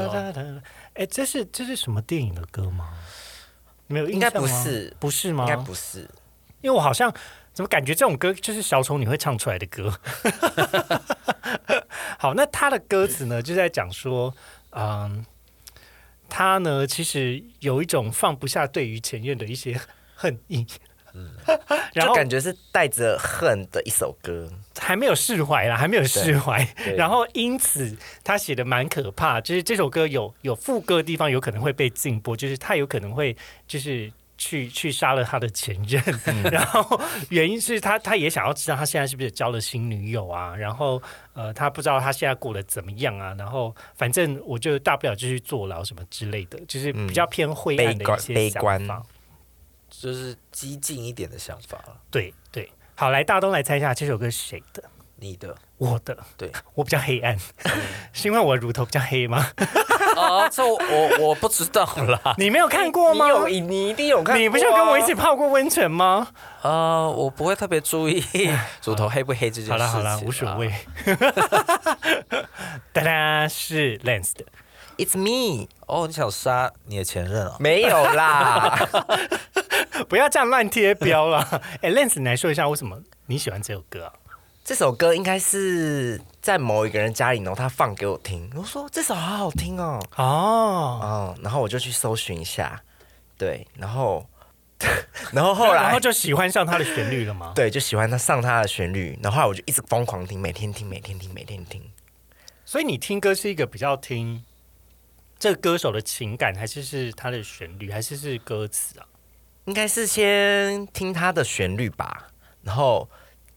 有哎，这是这是什么电影的歌吗？你们有应印该象吗？不，是，不是吗？应该不是。因为我好像怎么感觉这种歌就是小丑你会唱出来的歌。 好，那他的歌词呢，就在讲说，嗯，他呢其实有一种放不下对于前任的一些恨意， 然就后感觉是带着恨的一首歌，还没有释怀啦，还没有释怀对。然后因此他写的蛮可怕，就是这首歌有有副歌的地方有可能会被禁播，就是他有可能会就是。去去杀了他的前任，嗯然后原因是他他也想要知道他现在是不是交了新女友啊，然后呃他不知道他现在过得怎么样啊，然后反正我就大不了就去坐牢什么之类的，就是比较偏灰暗的一些悲想嗯观悲法观。就是激进一点的想法了。对对，好来大东来猜一下这首歌是谁的？你的我的，对嗯 我比较黑暗，是因为我乳头比较黑吗？ 哦，这我我我不知道啦。你没有看过吗你？有，你一定有看过啊、你不是有跟我一起泡过温泉吗？啊，我不会特别注意乳头黑不黑这件事情。啊好了好了，啊无所。谓。 哒哒，是 Lens 的。 ？It's me，哦，你想杀你的前任啊？没有啦。不要这样乱贴标 了。哎、l e n s 你来说一下为什么你喜欢这首歌啊？这首歌应该是在某一个人家里，然后他放给我听，我说这首好好听哦，哦，哦，然后我就去搜寻一下，对，然后， 然后后然来后就喜欢上它的旋律了吗？ 对，就喜欢他上他的旋律，然后后来我就一直疯狂听，每天听，每天听，每天听。所以你听歌是一个比较听这个歌手的情感，还是是他的旋律，还是是歌词啊？应该是先听他的旋律吧，然后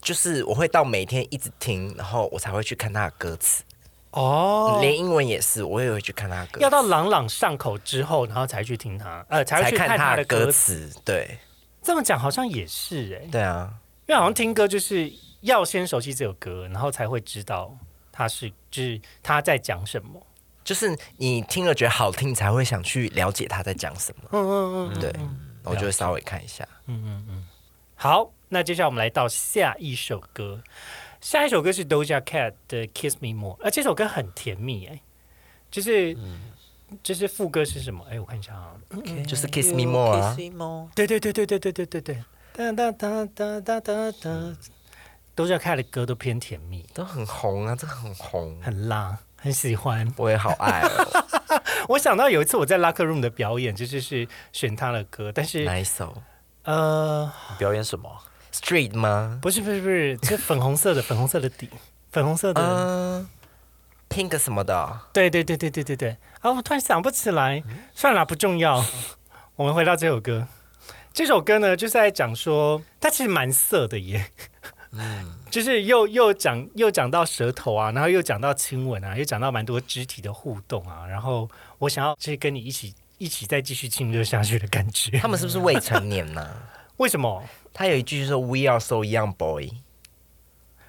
就是我会到每天一直听，然后我才会去看他的歌词，哦连英文也是，我也会去看他的歌词，要到朗朗上口之后，然后才去听他，呃，才会才去看他的歌歌词。词。对这么讲好像也是哎、对啊，因为好像听歌就是要先熟悉这首歌，然后才会知道他是就是他在讲什么。就是你听了觉得好听，才会想去了解他在讲什么。嗯嗯嗯，对，我就会稍微看一下。好，那接下来我们来到下一首歌，下一首歌是 Doja Cat 的《Kiss Me More》，啊，这首歌很甜蜜哎、就是、就是副歌是什么？哎、我看一下啊，就是 Kiss Me More 啊嗯 Kiss me more 对对对对对对对对对，哒哒哒哒哒哒哒，Doja Cat 的歌都偏甜蜜，都很红啊，这个很红，很辣，很喜 欢。我也好爱哦。我想到有一次我在 Locker Room 的表演，就是是选他的歌，但 是哪一首呃，你表演什么？ ？Street 吗？不是不是不是，是粉红色的粉红色的底，粉红色的。嗯、p i n k 什么的哦、对对对对对对对啊！我突然想不起来，算了，不重要。我们回到这首歌，这首歌呢，就是在讲说，它其实蛮色的耶，就是又又讲又讲到舌头啊，然后又讲到亲吻啊，又讲到蛮多肢体的互动啊，然后我想要就是跟你一起一起再继续亲热下去的感觉他。们是不是未成年呢、 为什么他有一句就是 “We are so young, boy”。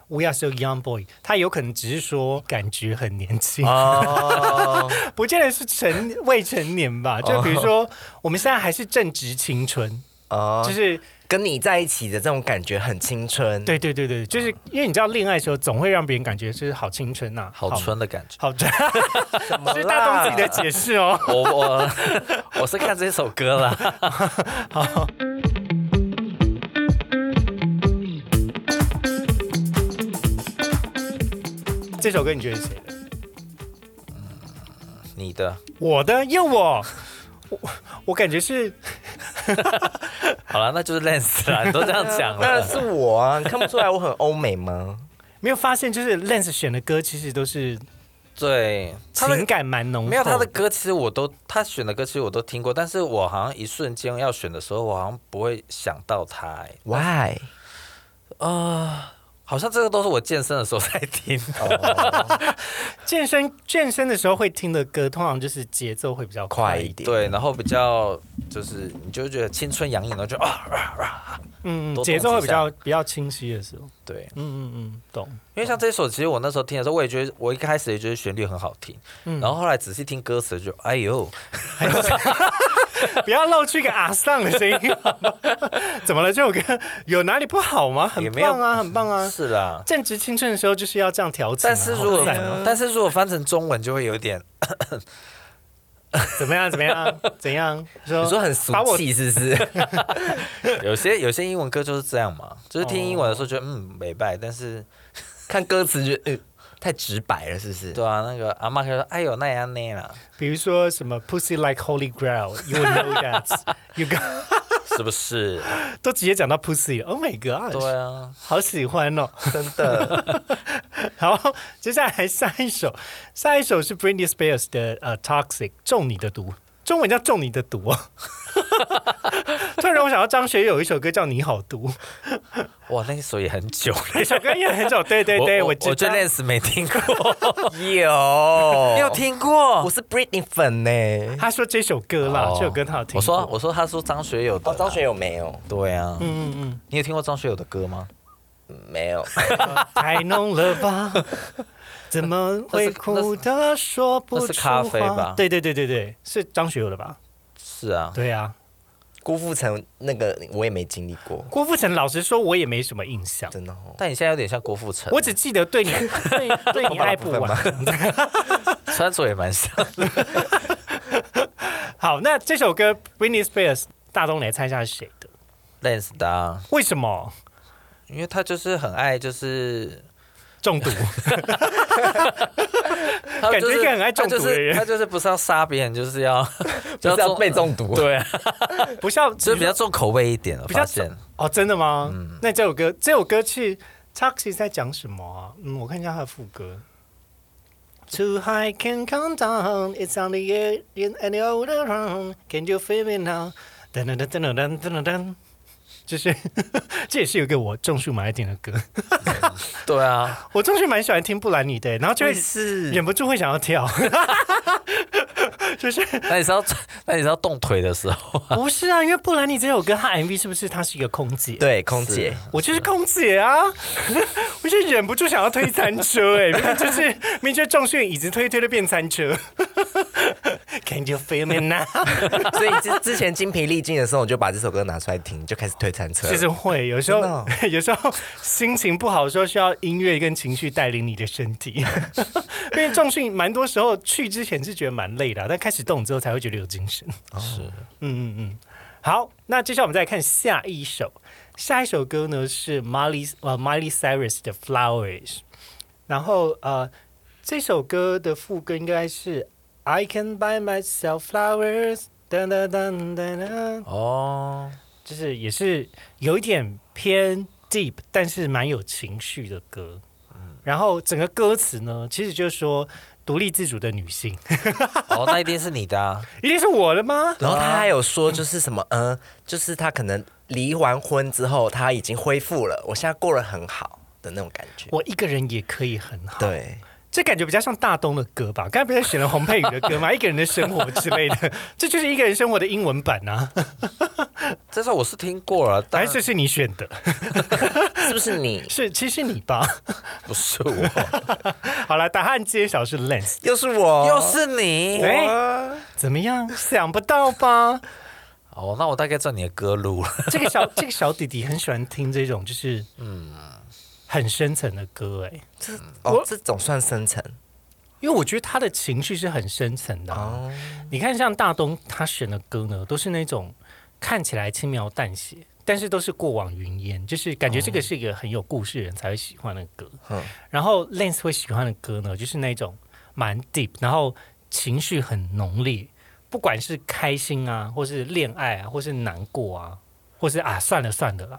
We are so young boy？他有可能只是说感觉很年轻，哦，不见得是成未成年哦吧？就比如说我们现在还是正值青春。就哦，是跟你在一起的这种感觉很青春。，对对对对，就是因为你知道，恋爱的时候总会让别人感觉就是好青春呐、好，春的感觉。好春，么 啦是大东自己的解释哦。我我 我是看这首歌啦。这首歌你觉得是谁的？你的我的，因为我我我感觉是好了，那就是 Lens 啦，你都这样 讲当然了。是我啊！你看不出来我很欧 美吗？没有发现，就是 Lens 选的歌其实都是对，他的情感蛮浓厚，没有他的歌，其实我都他选的歌其实我都听过，但是我好像一瞬间要选的时候，我好像不会想到他、欸。 Why？好像这个都是我健身的时候在听的，健身健身的时候会听的歌，通常就是节奏会比较快快一一点。点。对，然后比较就是你就会觉得青春洋溢，然后就啊啊啊，嗯，多动节奏会几比下较比较清晰的时候。对，嗯嗯嗯，懂。因为像这首，其实我那时候听的时候，我也觉得我一开始也觉得旋律很好听，嗯然后后来仔细听歌词就哎呦，不要露出一个阿丧的声音， 好吗怎么了？这首歌有哪里不好吗？很也没有棒啊，很棒啊！是啦。正值青春的时候就是要这样调情啊、但是如果好赞哦但是如果翻成中文就会有点，嗯怎么样，怎么样，怎 样？说你说很俗 把我气是不 是？有些有些英文歌就是这样嘛，就是听英文的时候觉得嗯美拜，但是看歌词就嗯，太直白了是不是？对啊，那个阿妈就说哎呦那样那样啦，比如说什么 “pussy like holy grail”，you know that，you got 是不是？都直接讲到 pussy，Oh my god！对啊，好喜欢哦。真的。 好，接下来下一首，下一首是 Britney Spears 的呃《Toxic》，中你的毒，中文叫中你的毒哦。 突然让我想到张学友有一首歌叫《你好毒》，哇那首也很久了，那首歌也很久， 对对对， 我我我知道我对 Lens 没听过， 有， 你有？听过我？是 Britney 粉呢、他说这首歌啦，哦这首歌他有听过。我说我说他说张学友的哦，啦，张学友没有，对啊，嗯嗯你有听过张学友的歌吗？没有。 嗯，才弄了吧？怎么会哭的说不出那是咖啡吧话？对对对对对，是张学友的吧？是啊，对啊，郭富城那个我也没经历过，郭富城老实说，我也没什么印象，真的哦。但你现在有点像郭富城，我只记得对你对对你爱不完。穿着也 蛮像。好，那这首歌 Britney Spears，大东来猜一下是谁的？ Lens 的啊，为什么因为他就是很爱，就是中毒？他感就觉是一个很爱他中毒就的是人他就是不是要杀别人，就是 要就是要被中毒，对啊，不像就是比较重口味一点了。比较发现哦，真的吗？那这首歌这首歌是 Taxi 在讲什么啊？嗯，我看一下它的副歌。Too high can come down, it's on the air in any other round. Can you feel me now？噔噔噔噔噔噔噔噔噔，就是 这也是有一个我种树蛮爱听的歌，对啊，我种树蛮喜欢听布兰妮的，然后就会是忍不住会想要跳， 就是那你是要那你是要动腿的时候，不是啊？因为布兰妮这首歌，她 MV 是不是她是一个空姐？对空姐，我就是空姐啊， 我就忍不住想要推餐车哎、明明就是明明就是重训椅子推一推就变餐车。Can you feel me now？ 所以之之前精疲力尽的时候，我就把这首歌拿出来听，就开始推餐车了。其实会有时候，真的哦 有时候心情不好的时候，需要音乐跟情绪带领你的身体。 因为重训蛮多时候去之前是觉得蛮累的啊、但开始动之后才会觉得有精神。哦是嗯嗯嗯，好，那接下来我们再看下一首，下一首歌呢是 Miley 呃 Miley Cyrus 的 Flowers，然后呃这首歌的副歌应该是 I can buy myself flowers，噔噔噔噔噔，哦，就是也是有一点偏 deep，但是蛮有情绪的歌。然后整个歌词呢，其实就是说独立自主的女性， 哦，那一定是你的啊，一定是我的吗？然后他还有说，就是什么，嗯、就是他可能离完婚之后，他已经恢复了，我现在过得很好的那种感觉。我一个人也可以很好。对，这感觉比较像大东的歌吧？刚才不是选了洪佩瑜的歌吗？一 个人的生活之类的，这就是一个人生活的英文版啊，这首我是听过了，但还是是你选的？是不是你是，其实你吧。 不是我，好了，答案揭晓是 Lens。又是我？又是你。哎、怎么样？想不到吧？哦，那我大概知道你的 歌路了。这个小这个小弟弟很喜欢听这种，就是嗯，很深层的歌哎、这哦，这种算深层因为我觉得他的情绪是很深层的、啊。哦，你看，像大东他选的歌呢，都是那种看起来轻描淡写，但是都是过往云烟，就是感觉这个是一个很有故事的人才会喜欢的歌。嗯然后 Lens 会喜欢的歌呢，就是那种蛮 deep，然后情绪很浓烈，不管是开心啊，或是恋爱啊，或是难过啊，或是啊算了算了啦，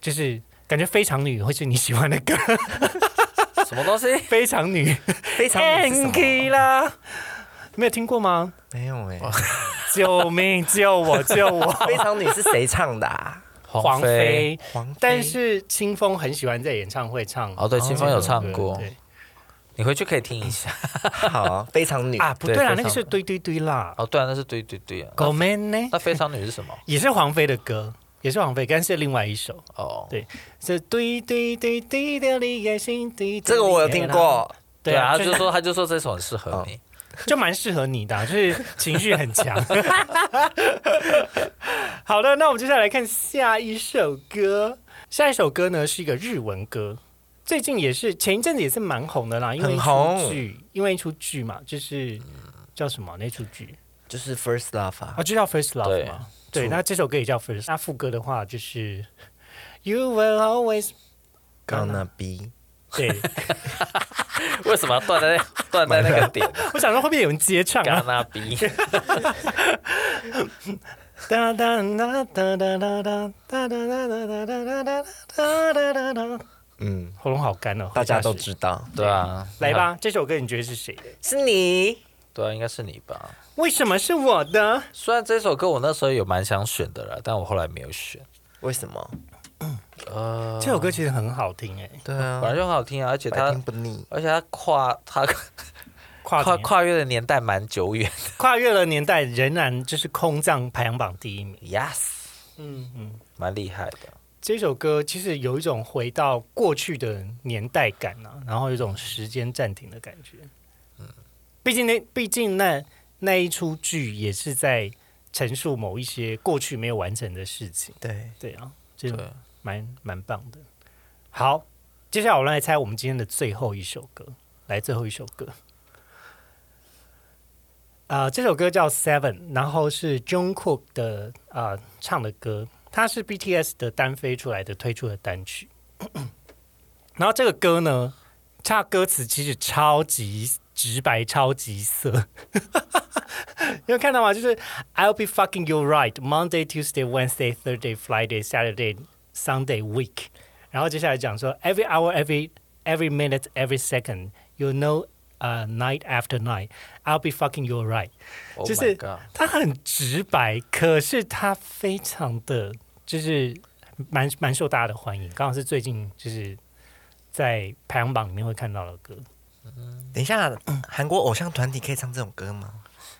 就是感觉非常女会是你喜欢的 歌，什么东西？非常女非常哎你是什 Anki 么？啦，没有听过吗？没有哎、救命！救我！救我！非常女是谁唱的、啊？黄飞。飞，黄飞，但是清风很喜欢在演唱会唱。哦，对，清风有唱对过，对你回去可以听一下。 好，非常女啊，不对啦，非常那个是堆堆堆啦。哦，对啊，那是对对对啊。狗 man 呢？ 那非常女是什么？也是黄飞的歌，也是黄飞，但是另外一首哦，对是堆堆堆堆的你的心堆。这个我有听，过，对啊，啊，他就哦就是说他就说这首很适合你。就蛮适合你的啊，就是情绪很强。好的，那我们接下来看下一首歌。下一首歌呢是一个日文歌，最近也是前一阵子也是蛮红的啦，因为一很出红剧，因为一出剧嘛，就是叫什么那出剧就是 First Love 啊啊，，就叫 First 对 Love 嘛。对，那这首歌也叫 First。那副歌的话就是 You will always gonna be 对， 为什么要断在那 断在那个点？我想说会不会有人接唱啊戛？纳 比，哒哒哒哒哒哒哒哒哒哒哒哒哒哒哒哒哒。嗯，喉咙好干哦，大家都喝下水知道对啊，来吧。这首歌你觉得是谁的？是你，对啊，应该是你吧。为什么是我的？虽然这首歌我那时候有蛮想选的啦，但我后来没有选。为什么？呃，这首歌其实很好听哎，对啊本来就很好听啊，而且百它听不腻。而且它跨它跨跨跨跨跨越的年代蛮久远。跨越了年代，仍然就是空降排行榜第一名。 Yes，嗯嗯，蛮厉害的。这首歌其实有一种回到过去的年代感啊，然后有一种时间暂停的感觉。毕竟那毕竟那那一出剧也是在陈述某一些过去没有完成的事情。对，对啊，这对蛮蛮棒的。好，接下来我们来猜我们今天的最后一首歌，来最后一首歌。啊、这首歌叫《Seven》，然后是 Jungkook 的啊、呃唱的歌，它是 BTS 的单飞出来的推出的单曲。然后这个歌呢，它歌词其实超级直白、超级色， 你有看到吗？就是 I'll be fucking you right Monday, Tuesday, Wednesday, Thursday, Friday, Saturday, Sunday week。然后接下来讲说 every hour, every every minute, every second, you know, uh, night after night, I'll be fucking you right。 Oh 就 my 是 god！它很直白，可是它非常的就是蛮蛮受大家的欢迎，刚好是最近就是在排行榜里面会看到的歌。等一下，韩国偶像团体可以唱这种歌吗？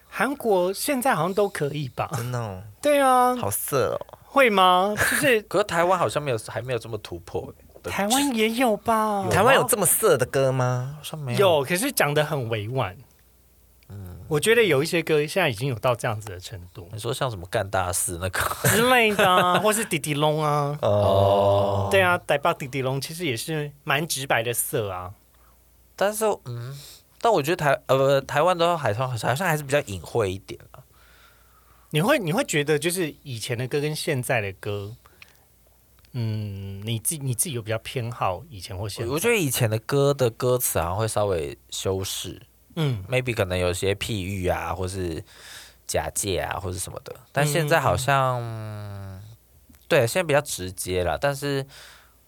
韩国现在好像都可以吧？真的、哦，对啊，好色哦！会吗？ 就是可是台湾好像没有，还没有这么突破、欸。台湾也有吧？台湾有这么色的歌吗好？像啊没有。嗯有，可是讲的很委婉。我觉得有一些歌现在已经有到这样子的程 度你说像什么干大事那个？ 之类的、啊，或是迪迪龙啊，哦，对啊，台北迪迪龙其实也是蛮直白的色啊。但是嗯，但我觉得台呃不台湾的话，好像好像还是比较隐晦一点啊。你会你会觉得就是以前的歌跟现在的歌，嗯，你自己你自己有比较偏好以前或现在？我觉得以前的歌的歌词好像会稍微修饰嗯， ，maybe 可能有些譬喻啊，或是假借啊，或是什么的。但嗯现在好像、对现在比较直接了，但是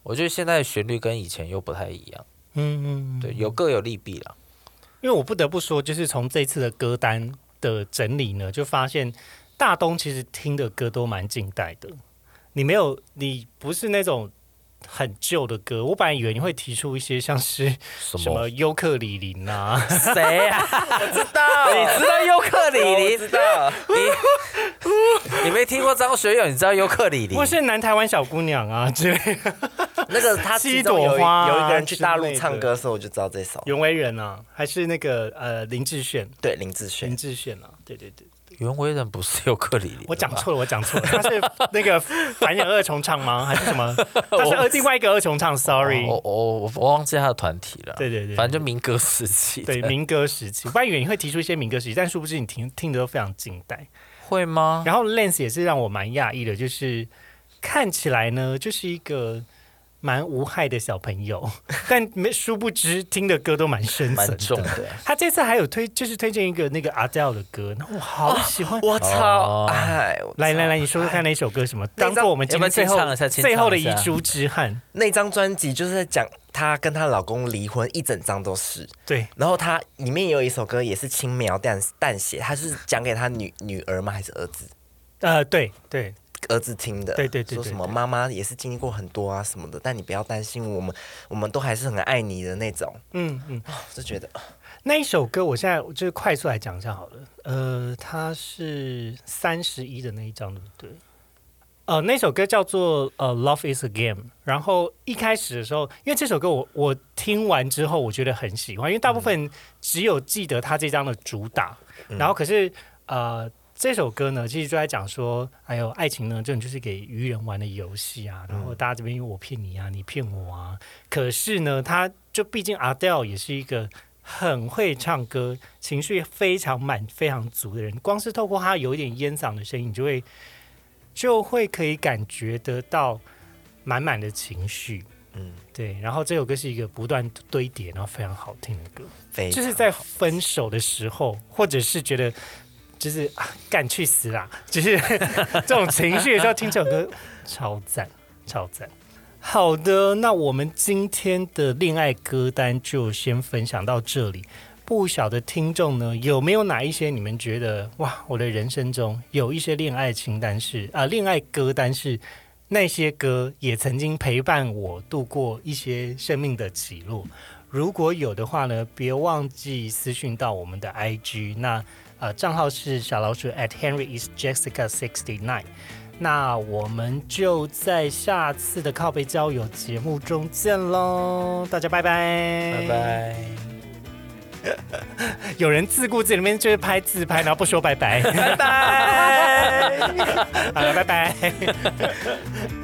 我觉得现在的旋律跟以前又不太一样。嗯嗯，嗯对，有各有利弊啦。因为我不得不说，就是从这次的歌单的整理呢，就发现大东其实听的歌都蛮近代的。你没有，你不是那种很旧的歌。我本来以为你会提出一些像是什什么尤克里里啊， 谁呀、 我知道，你知道尤克里里？知道你， 你没听过张学友？你知道尤克里里或？是南台湾小姑娘啊之类的，那个他其中七有朵一花啊有一个人去大之陆类的唱歌的时候，我就知道这首。袁惟仁啊，还是那个呃林志炫，对，林志炫林。志炫啊，对对对，袁惟仁不是尤克里里，我讲。错了，我讲错了，他是那个反眼二重唱吗？还是什么？他是另外一个二重唱，sorry，我哦我我我忘记他的团体了。对对对反正就民歌时期。对，民歌时期，我本来以为你会提出一些民歌时期，但殊不知你听听的都非常近代。会吗？然后 Lens 也是让我蛮讶异的，就是看起来呢就是一个蛮无害的小朋 友，但没殊不知听的歌都蛮深蛮沉重的。的。他这次还有推，就是推荐一个那个 Adele 的歌，然后我好喜欢。我超哦爱！我来来超来，你说说看那首歌什么？那当张做我们今天最要不要后清唱一下清唱最一下后的遗珠之憾。那张专辑就是在讲她跟她老公离婚，一整张都是。对，然后她里面有一首歌也是轻描淡淡写，她是讲给她女女儿吗？还是儿子？呃，对对，儿子听的，对对对说对什么对妈妈也是经历过很多啊什么的，但你不要担心，我们我们都还是很爱你的那种，嗯嗯。就觉得哦那一首歌，我现在就是快速来讲一下好了。呃，它是三十一的那一张，对不对？呃，那首歌叫做呃《Love Is a Game》。然后一开始的时候，因为这首歌我我听完之后，我觉得很喜欢，因为大部分只有记得它这张的主打。然后可是呃，这首歌呢，其实就在讲说，哎呦，爱情呢，这种就是给愚人玩的游戏啊。然后大家这边我骗你啊，你骗我啊。可是呢，他就毕竟 Adele 也是一个很会唱歌、情绪非常满、非常足的人，光是透过他有一点烟嗓的声音，你就会就会可以感觉得到满满的情绪。嗯嗯，对。然后这首歌是一个不断堆叠，然后非常好听的歌，非常就是在分手的时候，或者是觉得。就是啊，干去死啦！就是 这种情绪的时候听这首歌，超赞，超赞。好的，那我们今天的恋爱歌单就先分享到这里。不晓得听众呢有没有哪一些你们觉得哇，我的人生中有一些恋爱清单是啊、恋爱歌单是那些歌也曾经陪伴我度过一些生命的起落。如果有的话呢，别忘记私讯到我们的 IG，那呃账号是小老鼠 at Henry is Jessica sixty nine。那我们就在下次的靠北交友节目中见喽，大家拜拜，拜。拜。有人自顾自里面就是拍自拍，然后不 说拜拜，拜拜，好了，拜拜。